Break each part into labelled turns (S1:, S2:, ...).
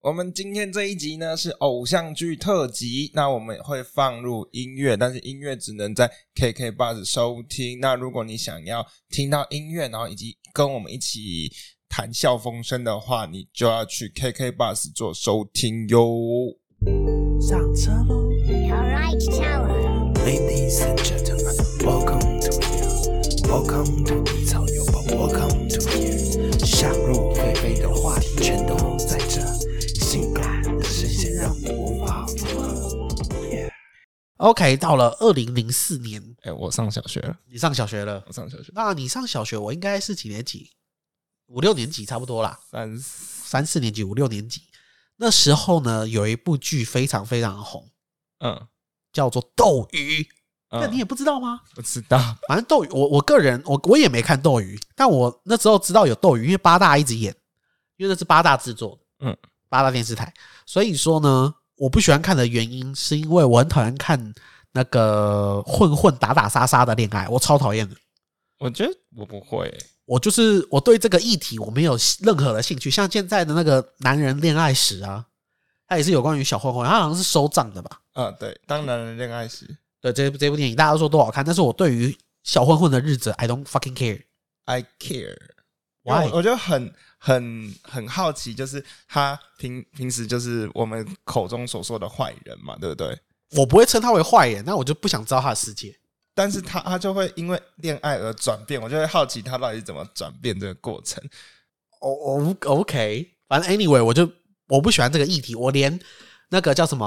S1: 我们今天这一集呢是偶像剧特辑，那我们会放入音乐，但是音乐只能在 KK Bus 收听。那如果你想要听到音乐，然后以及跟我们一起谈笑风生的话，你就要去 KK Bus 做收听哟。
S2: 上车喽
S3: Your right tower.
S2: ，Ladies and gentlemen, welcome to here, welcome to 低潮有宝，welcome to here。想入非非的话题全都在这，性感的视线让你无法负荷。
S4: OK，到了二零零四年，
S1: 哎、我上小学了，
S4: 你上小学了
S1: 我。上小学
S4: 那你上小学，我应该是几年级？五六年级差不多啦，
S1: 三
S4: 三四年级、五六年级。那时候呢，有一部剧非常非常红，
S1: 嗯，
S4: 叫做《斗鱼》。那
S1: 嗯
S4: 你也不知道吗？
S1: 不知道，
S4: 反正斗鱼，我我个人我我也没看斗鱼，但我那时候知道有斗鱼，因为八大一直演，因为那是八大制作，
S1: 嗯，
S4: 八大电视台。所以说呢，我不喜欢看的原因是因为我很讨厌看那个混混打打杀杀的恋爱，我超讨厌的。
S1: 我觉得我不会、
S4: 我就是我对这个议题我没有任何的兴趣，像现在的那个男人恋爱史啊，它也是有关于小混混，它好像是收账的吧？
S1: 啊，对，当男人恋爱时
S4: 对，这部这部电影大家都说多好看，但是我对于小混混的日子，I don't fucking care。
S1: ，I care。因
S4: Why？
S1: 为我我就很很很好奇，就是他平平时就是我们口中所说的坏人嘛，对不对？
S4: 我不会称他为坏人，那我就不想知道他的世界。
S1: 但是他他就会因为恋爱而转变，我就会好奇他到底是怎么转变这个过程。
S4: 哦哦，OK，反正 anyway，我就我不喜欢这个议题，我连那个叫什么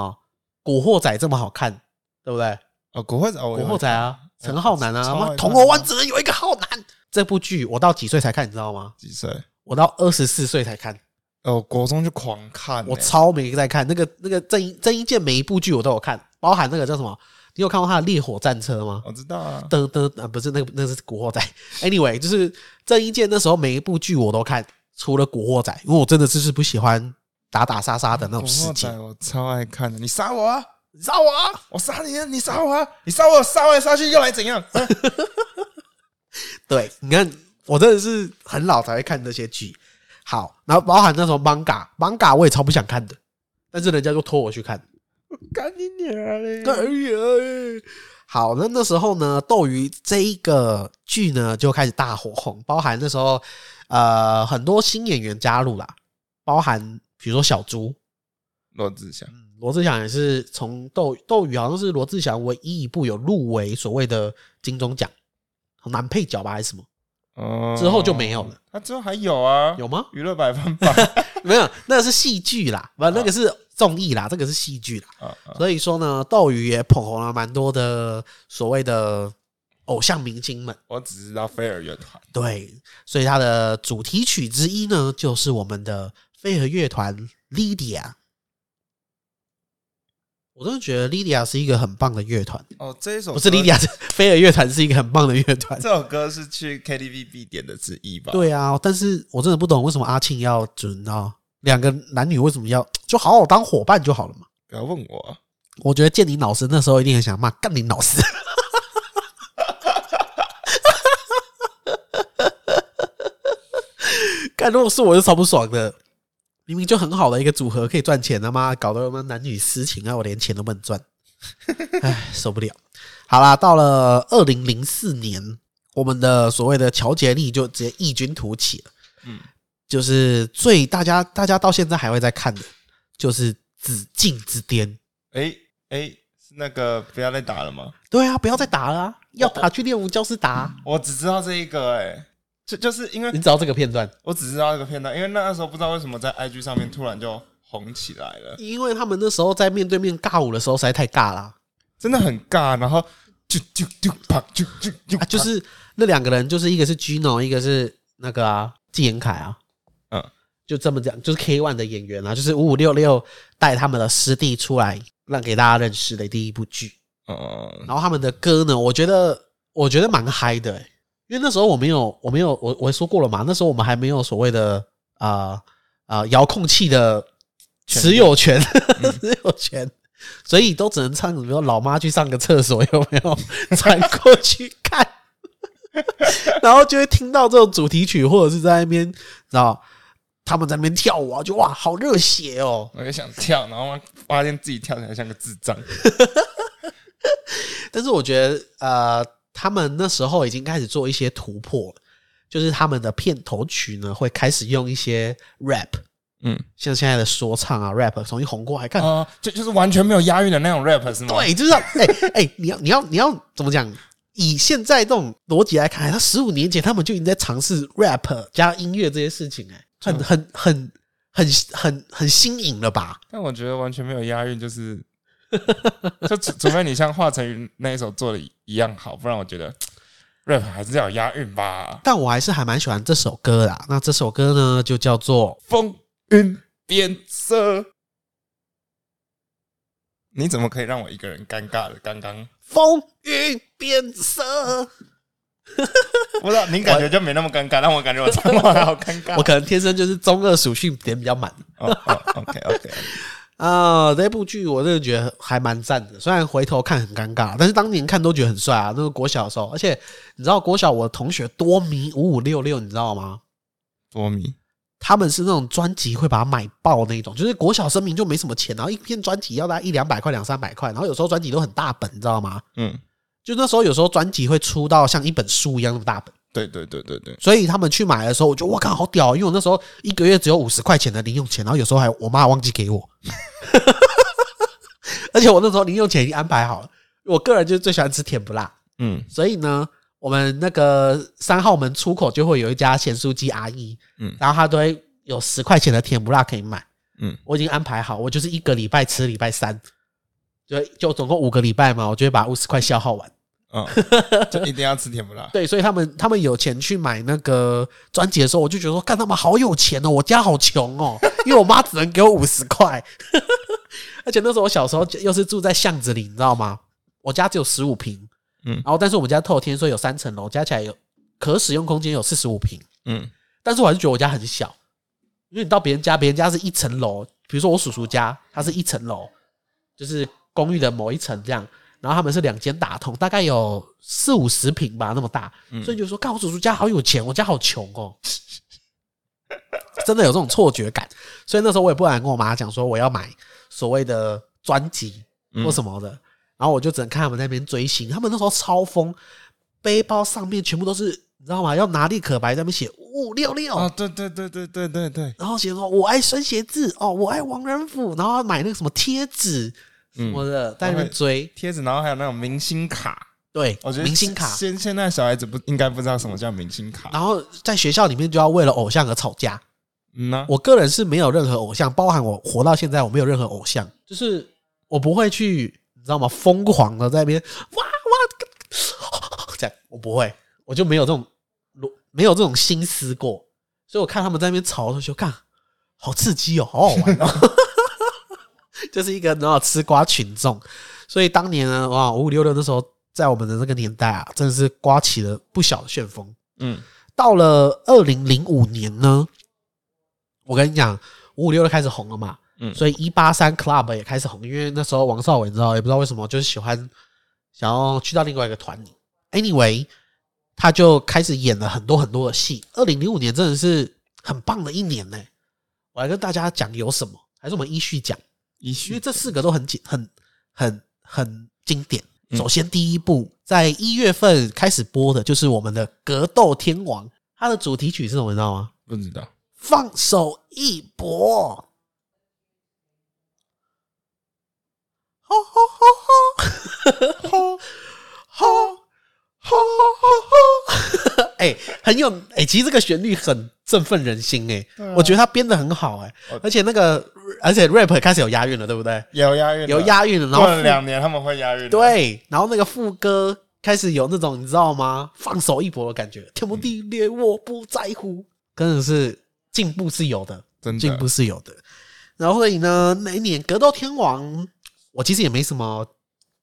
S4: 《古惑仔》这么好看，对不对？
S1: 哦，古惑仔，古
S4: 古惑仔啊，陈浩南啊，
S1: 超爱
S4: 妈
S1: 看
S4: 铜锣湾只能有一个浩南。这部剧我到几岁才看，你知道吗？
S1: 几岁？
S4: 我到二十四岁才看，
S1: 哦，国中就狂看、
S4: 我！超没在看。那个那个郑伊郑伊健每一部剧我都有看，包含那个叫什么？你有看过他的《烈火战车》吗？
S1: 我知道啊，
S4: 噔噔啊，不是那个，那是《古惑仔》。Anyway，就是郑伊健那时候每一部剧我都看，除了《古惑仔》，因为我真的就是不喜欢打打杀杀的那
S1: 古
S4: 种
S1: 惑
S4: 事情
S1: 仔。我超爱看的，你杀我啊！
S4: 你知道我啊？
S1: 我杀你啊！你杀我啊！你杀我，杀来杀去又来怎样？
S4: 对，你看我真的是很老才会看这些剧。好，然后包含那种 manga，manga 我也超不想看的，但是人家就拖我去看。
S1: 干你娘 嘞！
S4: 哎呀，好，那那时候呢，斗鱼这一个剧呢就开始大火红，包含那时候呃很多新演员加入啦，包含比如说小猪，
S1: 罗志祥，
S4: 嗯罗志祥也是从斗斗鱼好像是罗志祥唯一一部有入围所谓的金钟奖男配角吧还是什么，
S1: 哦
S4: 之后就没有了，
S1: 他之后还有啊，
S4: 有吗？
S1: 娱乐百分 百
S4: 没有，那个是戏剧啦，不，那个是综艺啦，这个是戏剧啦。
S1: 啊啊
S4: 所以说呢，斗鱼也捧红了蛮多的所谓的偶像明星们。
S1: 我只知道飞儿乐团，
S4: 对，所以它的主题曲之一呢，就是我们的飞儿乐团 Lydia。我真的觉得 Lydia 是一个很棒的乐团，
S1: 哦，这一首
S4: 不是
S1: 歌
S4: Lydia，是飞儿乐团是一个很棒的乐团
S1: 这。首歌是去 KTV 必点的之一吧？，
S4: 对啊，但是我真的不懂为什么阿庆要准啊，两个男女为什么要就好好当伙伴就好了嘛？
S1: 不要问我，
S4: 我觉得建林老师那时候一定很想骂干林老师。 干，如果是我就超不爽的。明明就很好的一个组合，可以赚钱的嘛，搞得我们男女私情啊，我连钱都不能赚，唉，受不了。好啦，到了二零零四年，我们的所谓的乔杰利就直接异军突起了，
S1: 嗯，
S4: 就是最大家大家到现在还会在看的，就是《紫禁之巅》。
S1: 哎哎，是那个不要再打了吗？
S4: 对啊，不要再打了啊、要打去练武教室打啊、
S1: 我只知道这一个，哎，就就是因为
S4: 你找这个片段，
S1: 我只知道这个片段，因为那时候不知道为什么在 IG 上面突然就红起来了，
S4: 因为他们那时候在面对面尬舞的时候实在太尬啊啦、
S1: 真的很尬，然后就就就啪就就就
S4: 啊，就是那两个人，就是一个是 Gino，一个是那个啊纪言凯啊，
S1: 嗯，
S4: 就这么讲，就是 K One 的演员啊，就是五五六六带他们的师弟出来让给大家认识的第一部剧。
S1: 嗯
S4: 然后他们的歌呢，我觉得我觉得蛮嗨的、欸，因为那时候我没有我没有我我说过了嘛，那时候我们还没有所谓的啊啊遥控器的持有权， 持有权，所以都只能唱，比如说老妈去上个厕所有没有 传过去看， 然后就会听到这种主题曲，或者是在那边，你知道。啊他们在那边跳舞啊，就哇，好热血哦！
S1: 我就想跳，然后发现自己跳起来像个智障。
S4: 但是我觉得，呃，他们那时候已经开始做一些突破了，就是他们的片头曲呢会开始用一些 rap，
S1: 嗯，
S4: 像现在的说唱啊 rap 重新红过来，看，
S1: 啊，就就是完全没有押韵的那种 rap 是吗？，
S4: 对，就是要哎哎，你要你要你要怎么讲？以现在这种逻辑来看，他十五年前他们就已经在尝试 rap 加音乐这些事情、哎，很很很很很很新颖了吧？
S1: 但我觉得完全没有押韵，就是 就除除非你像华晨宇那一首做的一样好，不然我觉得 rap 还是要有押韵吧。
S4: 但我还是还蛮喜欢这首歌啦。那这首歌呢，就叫做
S1: 风云变色，你怎么可以让我一个人尴尬的？刚刚
S4: 《风云变色》。
S1: 不知道您感觉就没那么尴尬，让我感觉我唱话好尴尬。
S4: 我可能天生就是中二属性点比较满
S1: 哦哦，OK OK，
S4: 啊、这部剧我真的觉得还蛮赞的，虽然回头看很尴尬，但是当年看都觉得很帅啊。那个国小的时候，而且你知道国小我的同学多迷五五六六，你知道吗？
S1: 多米，
S4: 他们是那种专辑会把它买爆那一种，就是国小生明就没什么钱，然后一片专辑要大概一两百块、两三百块，然后有时候专辑都很大本，你知道吗？
S1: 嗯，
S4: 就那时候有时候专辑会出到像一本书一样那么大本。
S1: 对对对对对，
S4: 所以他们去买的时候，我就我靠，好屌！因为我那时候一个月只有五十块钱的零用钱，然后有时候还我妈忘记给我， 而且我那时候零用钱已经安排好了。我个人就是最喜欢吃甜不辣，
S1: 嗯
S4: 所以呢，我们那个三号门出口就会有一家咸酥鸡阿姨，
S1: 嗯
S4: 然后她都会有十块钱的甜不辣可以买。
S1: 嗯，
S4: 我已经安排好，我就是一个礼拜吃礼拜三，就就总共五个礼拜嘛，我就会把五十块消耗完。
S1: 嗯，就一定要吃甜不辣。
S4: 对，所以他们他们有钱去买那个专辑的时候，我就觉得说，看他们好有钱哦，我家好穷哦， 因为我妈只能给我五十块， 而且那时候我小时候就又是住在巷子里，你知道吗？我家只有十五平，
S1: 嗯
S4: 然后但是我们家透天，所以有三层楼，加起来有可使用空间有四十五平，
S1: 嗯
S4: 但是我还是觉得我家很小，因为你到别人家，别人家是一层楼，比如说我叔叔家，他是一层楼，就是公寓的某一层这样，然后他们是两间打通，大概有四五十平吧，那么大，所以就说，看我叔叔家好有钱，我家好穷哦， 真的有这种错觉感，所以那时候我也不敢跟我妈讲说我要买所谓的专辑或什么的，然后我就只能看他们在那边追星，他们那时候超疯，背包上面全部都是你知道吗？要拿立可白在那边写五六六，
S1: 哦，对对对对对对对，
S4: 然后写说我爱孙协志哦，我爱王仁甫，然后买那个什么贴纸什
S1: 嗯
S4: 么的，在那边追，
S1: 贴纸，然后还有那种明星卡，
S4: 对
S1: 我觉，得
S4: 明星卡。啊
S1: 现现在小孩子不应该不知道什么叫明星卡。
S4: 然后在学校里面就要为了偶像而吵架，
S1: 嗯呐，
S4: 我个人是没有任何偶像，包含我活到现在，我没有任何偶像，就是我不会去，你知道吗？疯狂的在那边哇哇这样，我不会，我就没有这种逻，没有这种心思过。所以我看他们在那边吵的时候，就看好刺激哦，好好玩哦， 就是一个然后吃瓜群众。所以当年呢，哇，五五六六那时候在我们的那个年代啊，真的是刮起了不小的旋风。
S1: 嗯，
S4: 到了二零零五年呢，我跟你讲，五五六就开始红了嘛，
S1: 嗯
S4: 所以一八三 club 也开始红，因为那时候王少伟你知道也不知道为什么就是喜欢想要去到另外一个团里，anyway，他就开始演了很多很多的戏。二零零五年真的是很棒的一年呢、我来跟大家讲有什么，还是我们依序讲，
S1: 一
S4: 因为
S1: 序，
S4: 这四个都很经很很很经典。
S1: 嗯
S4: 首先，第一部在一月份开始播的就是我们的《格斗天王》，它的主题曲是什么？你知道吗？
S1: 不知道，
S4: 放手一搏。吼吼吼吼，吼吼吼吼吼！哎，很有哎、其实这个旋律很振奋人心哎、
S1: 对啊
S4: 我觉得他编的很好哎、
S1: 我
S4: 而且那个而且 rap 开始有押韵了，对不对？
S1: 有押韵的，
S4: 有押韵了，然
S1: 过
S4: 后
S1: 了
S4: 副
S1: 两年他们会押韵的，
S4: 对，然后那个副歌开始有那种你知道吗？放手一搏的感觉，天不地裂我不在乎，真的是进步是有的，
S1: 真的
S4: 进步是有的。然后所以呢，那一年《格斗天王》，我其实也没什么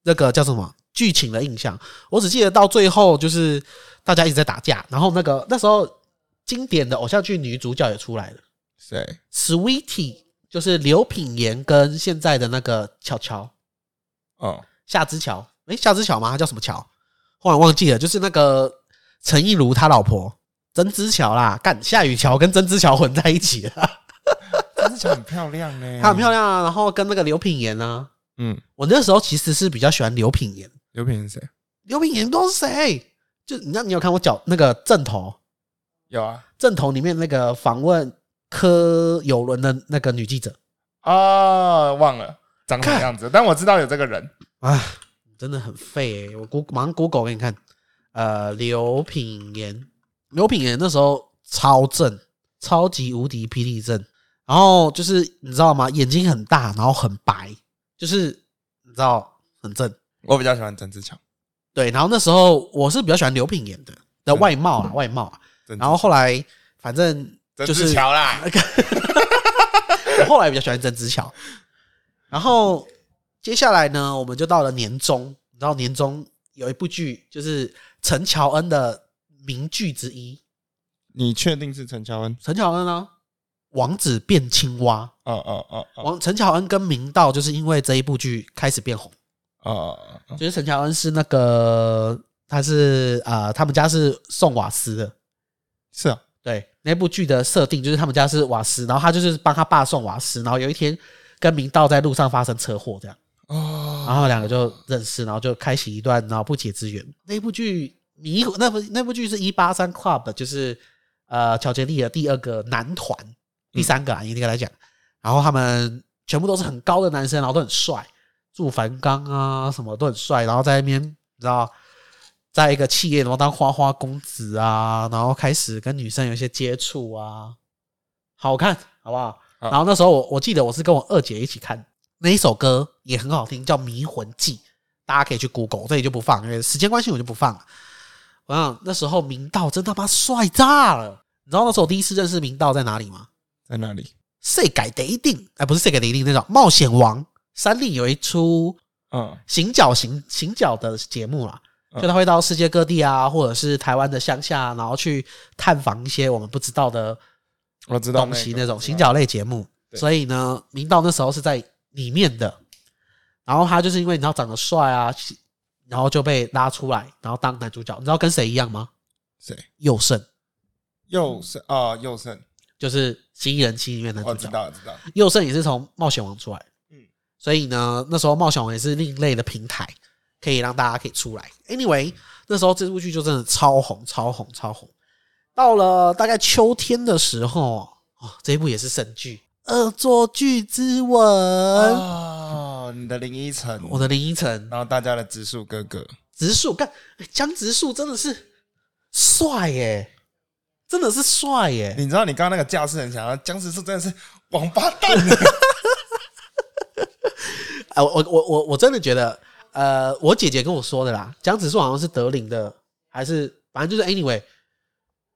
S4: 那个叫什么剧情的印象，我只记得到最后就是大家一直在打架，然后那个那时候经典的偶像剧女主角也出来了
S1: 谁？
S4: ，Sweetie 就是刘品言跟现在的那个乔乔。
S1: 哦，
S4: 夏之乔，诶，夏之乔吗？他叫什么乔？忽然忘记了，就是那个陈亦儒他老婆，针织桥啦，干夏雨桥跟针织桥混在一起了，
S1: 真的很漂亮呢，
S4: 她很漂亮啊。然后跟那个刘品言啊，
S1: 嗯，
S4: 我那时候其实是比较喜欢刘品言。
S1: 刘品是谁？
S4: 刘品言不知道是谁，就你知道你有看过脚那个正头
S1: 有啊，
S4: 正头里面那个访问柯有伦的那个女记者
S1: 啊，忘了长什么
S4: 看
S1: 样子，但我知道有这个人。
S4: 啊，真的很废、欸。我 Go 马上 Google 给你看，呃，刘品言，刘品言那时候超正，超级无敌霹雳正，然后就是你知道吗？眼睛很大，然后很白，就是你知道很正。
S1: 我比较喜欢曾志强，
S4: 对，然后那时候我是比较喜欢刘品言的的外貌啊，外貌啊。
S1: 曾志
S4: 然后后来反正
S1: 曾
S4: 就是
S1: 志强啦，
S4: 我后来比较喜欢曾之乔。然后接下来呢，我们就到了年终，你知道年终有一部剧就是陈乔恩的名剧之一，
S1: 你确定是陈乔恩？
S4: 陈乔恩呢，王子变青蛙，
S1: 哦哦哦哦
S4: 王陈乔恩跟明道就是因为这一部剧开始变红，
S1: 哦哦，
S4: 就是陈乔恩是那个他是呃他们家是送瓦斯的，
S1: 是啊，
S4: 对，那部剧的设定就是他们家是瓦斯，然后他就是帮他爸送瓦斯，然后有一天跟明道在路上发生车祸这样。然
S1: 哦，
S4: 后他们两个就认识，然后就开启一段然后不解之缘。那部剧迷那部那部剧是一八三 Club，就是呃乔杰利的第二个男团，第三个啊，应该来讲。然后他们全部都是很高的男生，然后都很帅，祝凡刚啊什么都很帅，然后在那边你知道，在一个企业然后当花花公子啊，然后开始跟女生有一些接触啊，好看好不好？
S1: 好
S4: 然后那时候我我记得我是跟我二姐一起看，那一首歌也很好听，叫《迷魂记》，大家可以去 Google，这里就不放，因为时间关系我就不放了。我想那时候明道真他妈帅炸了，你知道那时候我第一次认识明道在哪里吗？
S1: 在那里，
S4: 谁改得一定？哎，不是谁改得一定那种冒险王，三立有一出
S1: 嗯
S4: 行脚行行脚的节目啦，
S1: 嗯
S4: 就他会到世界各地啊，或者是台湾的乡下，然后去探访一些我们不知道的
S1: 我知道
S4: 东西
S1: 个
S4: 那种行，
S1: 我知道
S4: 脚类节目。
S1: 对
S4: 所以呢，明道那时候是在里面的，然后他就是因为你知道长得帅啊，然后就被拉出来，然后当男主角。你知道跟谁一样吗？
S1: 谁？
S4: 佑胜，
S1: 佑胜啊，佑胜，
S4: 就是《新人期》里面的男
S1: 我
S4: 主
S1: 知
S4: 角。
S1: 道，我知道，
S4: 佑胜也是从冒险王出来，嗯
S1: 嗯，
S4: 所以呢，那时候冒险王也是另类的平台，可以让大家可以出来。Anyway，那时候这部剧就真的超红、超红、超红。到了大概秋天的时候，哦，这一部也是神剧《恶作剧之吻》
S1: 哦，你的林依晨，
S4: 嗯我的林依晨、
S1: 然后大家的植树哥哥，
S4: 植树，干哎江植树真的是帅耶、真的是帅耶、
S1: 你知道你刚刚那个架势很强，僵尸是真的是王八蛋，
S4: 哎，我我我我我真的觉得，呃，我姐姐跟我说的啦，江直树好像是德林的，还是反正就是 anyway，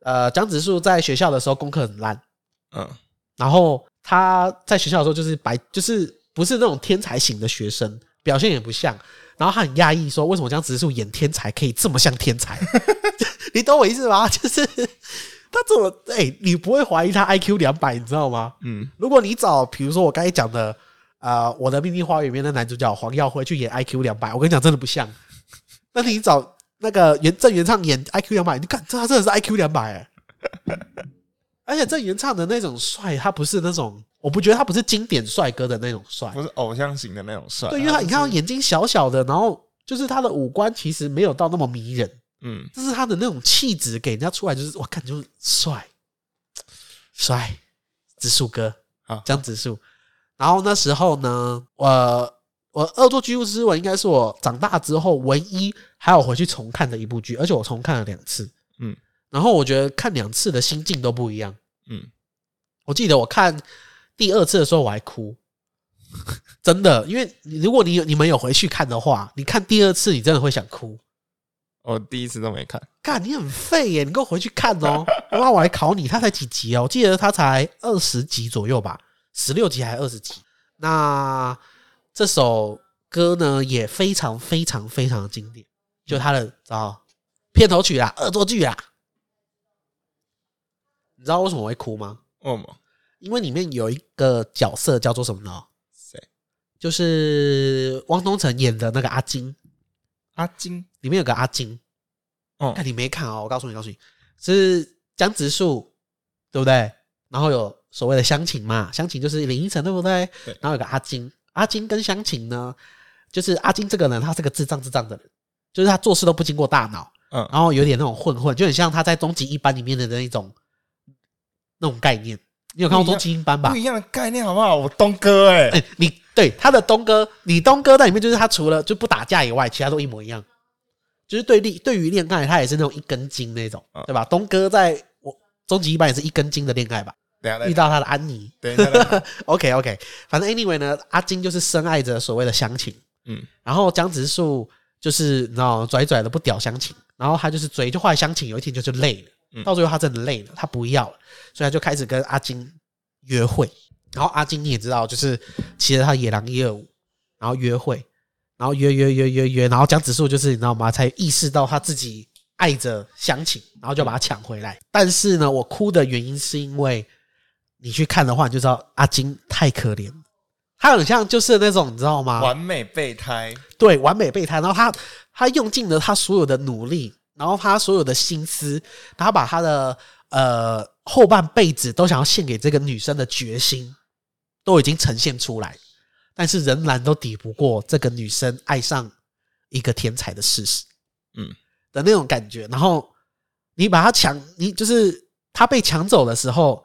S4: 呃，江直树在学校的时候功课很烂，
S1: 嗯
S4: 然后他在学校的时候就是白，就是不是那种天才型的学生，表现也不像，然后他很讶异说，为什么江直树演天才可以这么像天才？ 你懂我意思吗？ 就是他怎么哎、你不会怀疑他 IQ 两百，你知道吗？
S1: 嗯，
S4: 如果你找，比如说我刚才讲的，呃，我的秘密花园里面的男主角黄耀辉去演 IQ 两百，我跟你讲，真的不像。那你找那个原郑元畅演 IQ 两百，你看这他真的是 IQ 两百哎。而且郑元畅的那种帅，他不是那种，我不觉得他不是经典帅哥的那种帅
S1: 不，是偶像型的那种帅，
S4: 对，因为他你看他眼睛小小的，然后就是他的五官其实没有到那么迷人，
S1: 嗯，
S4: 这是他的那种气质给人家出来，就是我看就是帅，帅，植树哥
S1: 好
S4: 江植树。然后那时候呢，我我《恶作剧之吻》应该是我长大之后唯一还有回去重看的一部剧，而且我重看了两次。
S1: 嗯，
S4: 然后我觉得看两次的心境都不一样。
S1: 嗯，
S4: 我记得我看第二次的时候我还哭， 真的，因为你如果你有你们有回去看的话，你看第二次你真的会想哭。
S1: 我第一次都没看，
S4: 干，你很废耶！你给我回去看哦。那我来考你，他才几集哦？我记得他才二十集左右吧，十六集还是二十集？那这首歌呢，也非常非常非常的经典，就他的啊片头曲啊啦，恶作剧啦。你知道为什么我会哭吗？
S1: 哦嘛，
S4: 因为里面有一个角色叫做什么呢？
S1: 谁？
S4: 就是汪东城演的那个阿金，
S1: 阿金，
S4: 里面有个阿金，
S1: 哦
S4: 啊看你没看哦，我告诉你，告诉你，是江直树，对不对？然后有所谓的湘琴嘛，湘琴就是林依晨，对不对？
S1: 对
S4: 然后有个阿金，阿金跟湘琴呢，就是阿金这个人，他是个智障智障的人，就是他做事都不经过大脑，
S1: 嗯
S4: 然后有点那种混混，就很像他在终极一班里面的那一种那种概念。你有看过终极一班吧
S1: 不？一样的概念好不好？我东哥哎、
S4: 哎、你对他的东哥，你东哥在里面就是他除了就不打架以外，其他都一模一样，就是对恋对于恋爱，他也是那种一根筋那种，
S1: 嗯
S4: 对吧？东哥在我终极一班也是一根筋的恋爱吧，
S1: 等一下再
S4: 遇到他的安妮。
S1: 等一下再 谈
S4: OK OK，反正 anyway 呢，阿金就是深爱着所谓的湘琴，
S1: 嗯，
S4: 然后江直树就是你知道拽拽的不屌湘琴，然后他就是追，就后来湘琴有一天就就累了，
S1: 嗯
S4: 到最后他真的累了，他不要了，所以他就开始跟阿金约会。然后阿金你也知道，就是骑着他野狼一二五，然后约会，然后约约约约约，然后江直树就是你知道吗？才意识到他自己爱着湘琴，然后就把他抢回来。但是呢，我哭的原因是因为你去看的话，你就知道阿金太可怜了，他很像就是那种你知道吗？
S1: 完美备胎，
S4: 对，完美备胎。然后他他用尽了他所有的努力，然后他所有的心思，然后把他的呃后半辈子都想要献给这个女生的决心，都已经呈现出来，但是仍然都抵不过这个女生爱上一个天才的事实，
S1: 嗯
S4: 的那种感觉。然后你把他抢，你就是他被抢走的时候。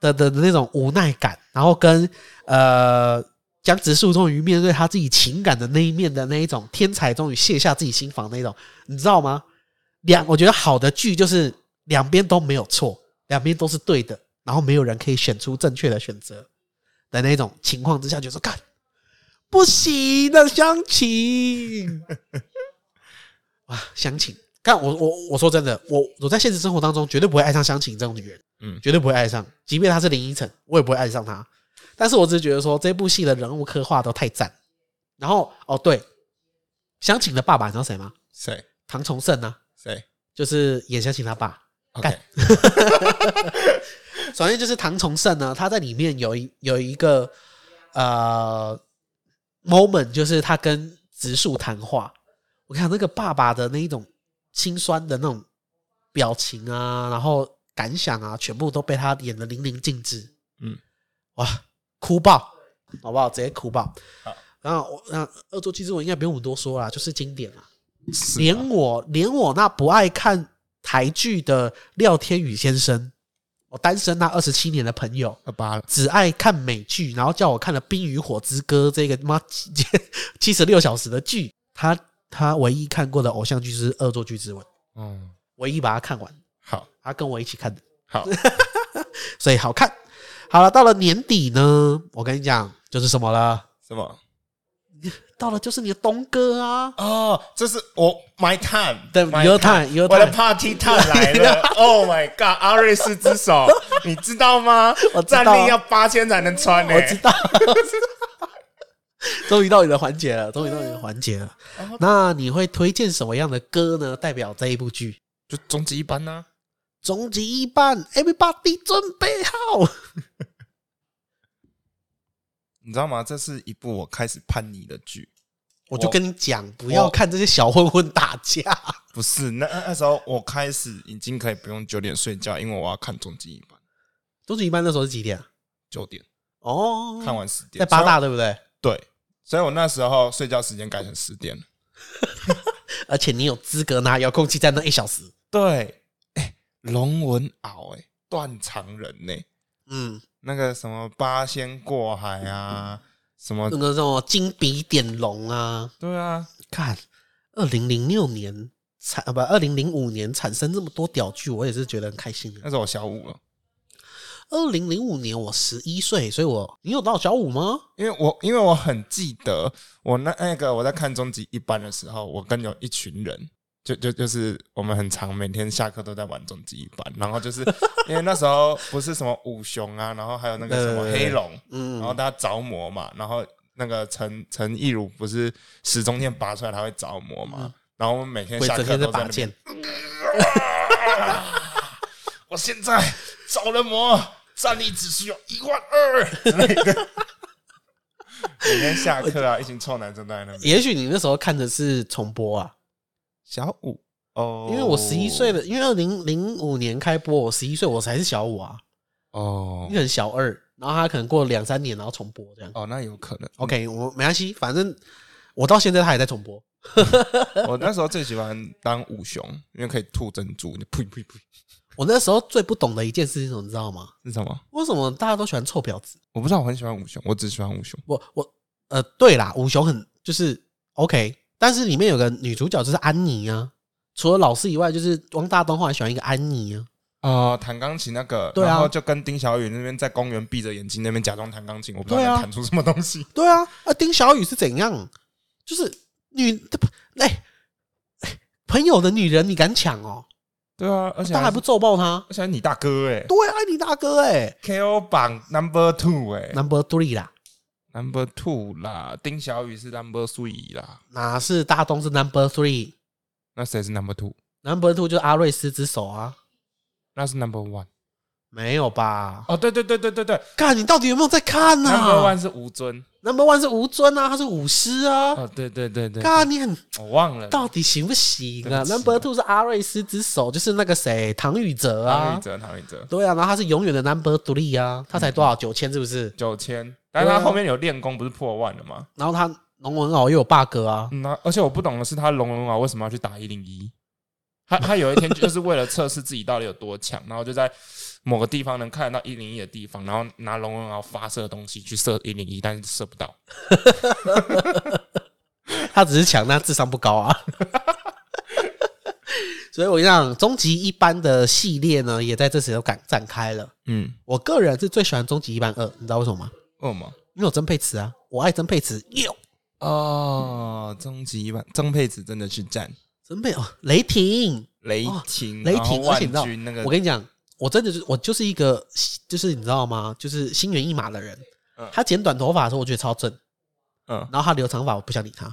S4: 的的的那种无奈感，然后跟呃江直树终于面对他自己情感的那一面的那一种天才，终于卸下自己心防那一种，你知道吗？两我觉得好的剧就是两边都没有错，两边都是对的，然后没有人可以选出正确的选择的那种情况之下，就说干不行的湘琴，哇湘琴，干我我我说真的，我我在现实生活当中绝对不会爱上湘琴这种女人，
S1: 嗯
S4: 绝对不会爱上，即便她是林依晨，我也不会爱上她。但是我只是觉得说这部戏的人物刻画都太赞。然后哦对，湘琴的爸爸你知道谁吗？
S1: 谁
S4: 唐崇盛啊，
S1: 谁
S4: 就是演湘琴他爸。
S1: ？OK，
S4: 干首先就是唐崇盛呢，他在里面有一有一个呃 moment，就是他跟植树谈话。我看那个爸爸的那一种心酸的那种表情啊，然后感想啊，全部都被他演的淋漓尽致。
S1: 嗯，
S4: 哇，哭爆，好不好？直接哭爆
S1: 好。
S4: 然后我，那《恶作剧之吻》应该不用我们多说啦，就是经典啦。
S1: 是
S4: 连我连我那不爱看台剧的廖天宇先生，我单身那二十七年的朋友，
S1: 二八了，
S4: 只爱看美剧，然后叫我看了《冰与火之歌》这个他妈 七十六小时的剧，他他唯一看过的偶像剧是《恶作剧之吻》，
S1: 嗯，
S4: 唯一把它看完，
S1: 好
S4: 他跟我一起看的，
S1: 好，
S4: 所以好看。好了，到了年底呢，我跟你讲就是什么了，
S1: 什么？
S4: 到了就是你的东哥啊，
S1: 哦，这是我 my time，
S4: 对
S1: my
S4: your time，your
S1: 我的
S4: time
S1: party time 来了，Oh my god，阿瑞斯之手，你知道吗？
S4: 我知道
S1: 站立要八千才能穿欸呢、
S4: 我知道， 终于到你的环节了，终于到你的环节了。
S1: 哦
S4: 那你会推荐什么样的歌呢？代表这一部剧？
S1: 就终极一班啊呢、
S4: 终极一班，Everybody 准备好。
S1: 你知道吗？这是一部我开始叛逆的剧，
S4: 我就跟你讲，不要看这些小混混打架。
S1: 不是那那那时候我开始已经可以不用九点睡觉，因为我要看终极一班，
S4: 终极一班那时候是几点啊？
S1: 九点
S4: 哦，
S1: 看完十点，
S4: 在八
S1: 所以
S4: 大对不对？
S1: 对，所以我那时候睡觉时间改成十点了。
S4: 而且你有资格拿遥控器在那一小时。
S1: 对，哎、龙文敖，哎，断肠人欸呢、
S4: 嗯，
S1: 那个什么八仙过海啊，什么
S4: 那个什么金笔点龙啊，
S1: 对啊，
S4: 看，二零零六年产啊不，二零零五年产生这么多屌剧，我也是觉得很开心啊的。
S1: 那时候我小五了，
S4: 二零零五年我十一岁，所以我你有到小五吗？
S1: 因为我因为我很记得我那那个我在看终极一班的时候，我跟有一群人。就就就是我们很常每天下课都在玩终极一班，然后 就是因为那时候不是什么五雄啊，然后还有那个什么
S4: 对对对
S1: 黑龙，
S4: 嗯
S1: 然后大家着魔嘛，然后那个陈陈亦儒不是时钟剑拔出来他会着魔嘛，然后我们每天
S4: 我
S1: 哎下
S4: 嗯整
S1: 课
S4: 天
S1: 都在
S4: 拔
S1: 那边
S4: 剑，
S1: 我现在着了魔，战力只需要一万 二之类的。每天下课啊，一群臭男生都在那边。
S4: 也许你那时候看的是重播啊，
S1: 小五哦，
S4: 因为我十一岁的，因为二零零五年开播，我十一岁，我才是小五啊，
S1: 哦
S4: 你可能小二，然后他可能过了两三年，然后重播这样。
S1: 哦，那有 可能。
S4: OK，我没关系，反正我到现在他也在重播。
S1: 我那时候最喜欢当五熊，因为可以吐珍珠，就呸呸呸，
S4: 我那时候最不懂的一件事情，你知道吗？
S1: 是什么？
S4: 为什么大家都喜欢臭婊子？
S1: 我不知道，我很喜欢五熊，我只喜欢五熊。
S4: 我我呃，对啦，五雄很就是 OK，但是里面有个女主角就是安妮啊，除了老师以外，就是汪大东后来喜欢一个安妮啊。
S1: 啊，弹钢琴那个，
S4: 对啊
S1: 然后就跟丁小雨那边在公园闭着眼睛那边假装弹钢琴，我不知道
S4: 对啊
S1: 能弹出什么东西。
S4: 对啊，啊，丁小雨是怎样？就是女哎、哎朋友的女人，你敢抢哦？
S1: 对啊，而且
S4: 他还不
S1: 是，
S4: 揍爆他？
S1: 而且还是你大哥哎
S4: 对，爱你大哥哎、
S1: ，KO 榜 Number Two 哎
S4: n u m b e r Three 啦，
S1: ，Number Two 啦，丁小雨是 Number Three 啦，
S4: 哪是大东是 Number Three，Number
S1: 那谁是 Number Two？
S4: Two 就是阿瑞斯之手啊？
S1: 那是 Number One。
S4: 没有吧？
S1: 哦，对对对对对对
S4: 看你到底有没有在看呐、
S1: ，Number One 是吴尊。
S4: Number One 是吴尊啊，他是舞狮啊。
S1: 哦，对对对对，
S4: 嘎，啊你很
S1: 我忘了。
S4: 到底行不行
S1: 对
S4: 啊
S1: 不起啊
S4: ？Number Two 是阿瑞斯之手，就是那个谁，唐禹哲
S1: 唐禹
S4: 啊。
S1: 哲，唐禹哲
S4: 对啊，然后他是永远的 Number Three 啊，他才多少九千是不是？
S1: 九千，但是他后面有练功，不是破万了吗？
S4: 然后他龙文敖又有 bug 啊，
S1: 嗯，那而且我不懂的是，他龙龙啊为什么要去打一零一？他他有一天就是为了测试自己到底有多强，然后就在某个地方能看得到一零一的地方，然后拿龙龙鳌发射的东西去射一零一，但是射不到。
S4: 他只是强，但他智商不高 啊。所以我跟你讲，终极一班的系列呢，也在这时候展展开了。
S1: 嗯，
S4: 我个人是最喜欢终极一班二，你知道为什么吗？
S1: 恶魔
S4: 因为有曾沛慈啊，我爱曾沛慈。哟，
S1: 哦，终极一万，曾沛慈真的是战
S4: 曾沛哦，雷霆，
S1: 雷
S4: 哦
S1: 霆，
S4: 雷
S1: 然后
S4: 霆，而
S1: 万
S4: 且你知道
S1: 军那个，，
S4: 我跟你讲，我真的就是我就是一个，就是你知道吗？就是心猿意马的人。
S1: 嗯
S4: 他剪短头发的时候，我觉得超正；
S1: 嗯，
S4: 然后他留长发，我不想理他。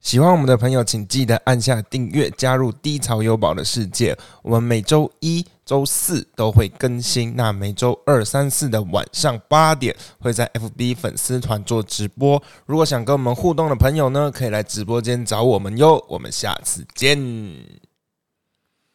S1: 喜欢我们的朋友，请记得按下订阅，加入低潮有宝的世界。我们每周一、周四都会更新，那每周二、三、四的晚上八点会在 FB 粉丝团做直播。如果想跟我们互动的朋友呢，可以来直播间找我们哟。我们下次见。